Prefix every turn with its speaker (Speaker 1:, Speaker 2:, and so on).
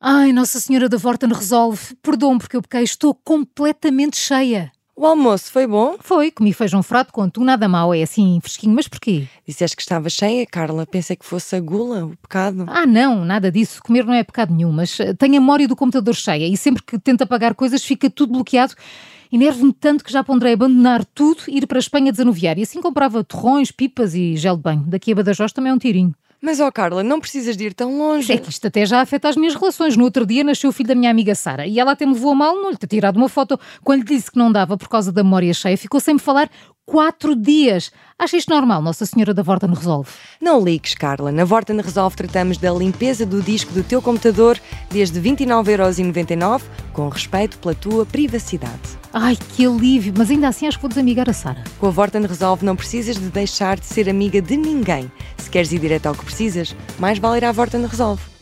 Speaker 1: Ai, Nossa Senhora da Vorta não resolve. Perdoa-me porque eu pequei, estou completamente cheia.
Speaker 2: O almoço foi bom?
Speaker 1: Foi, comi feijão frado com atum, nada mal, é assim, fresquinho, mas porquê?
Speaker 2: Disseste que estava cheia, Carla. Pensei que fosse a gula, o pecado.
Speaker 1: Ah, não, nada disso. Comer não é pecado nenhum, mas eh, tenho a memória do computador cheia e sempre que tento apagar coisas fica tudo bloqueado. Enervo-me tanto que já ponderei abandonar tudo e ir para a Espanha desanuviar. E assim comprava torrões, pipas e gel de banho. Daqui a Badajoz também é um tirinho.
Speaker 2: Mas, ó Carla, não precisas de ir tão longe.
Speaker 1: É que isto até já afeta as minhas relações. No outro dia nasceu o filho da minha amiga Sara e ela até me levou a mal não lhe ter tirado uma foto. Quando lhe disse que não dava por causa da memória cheia, ficou sem me falar quatro dias. Acha isto normal? Nossa Senhora da Vorta não resolve.
Speaker 2: Não ligues, Carla. Na Vorten Resolve tratamos da limpeza do disco do teu computador desde 29,99€ com respeito pela tua privacidade.
Speaker 1: Ai, que alívio, mas ainda assim acho que vou desamigar a Sara.
Speaker 2: Com a Vorten Resolve não precisas de deixar de ser amiga de ninguém. Se queres ir direto ao que precisas, mais vale ir à Vorten Resolve.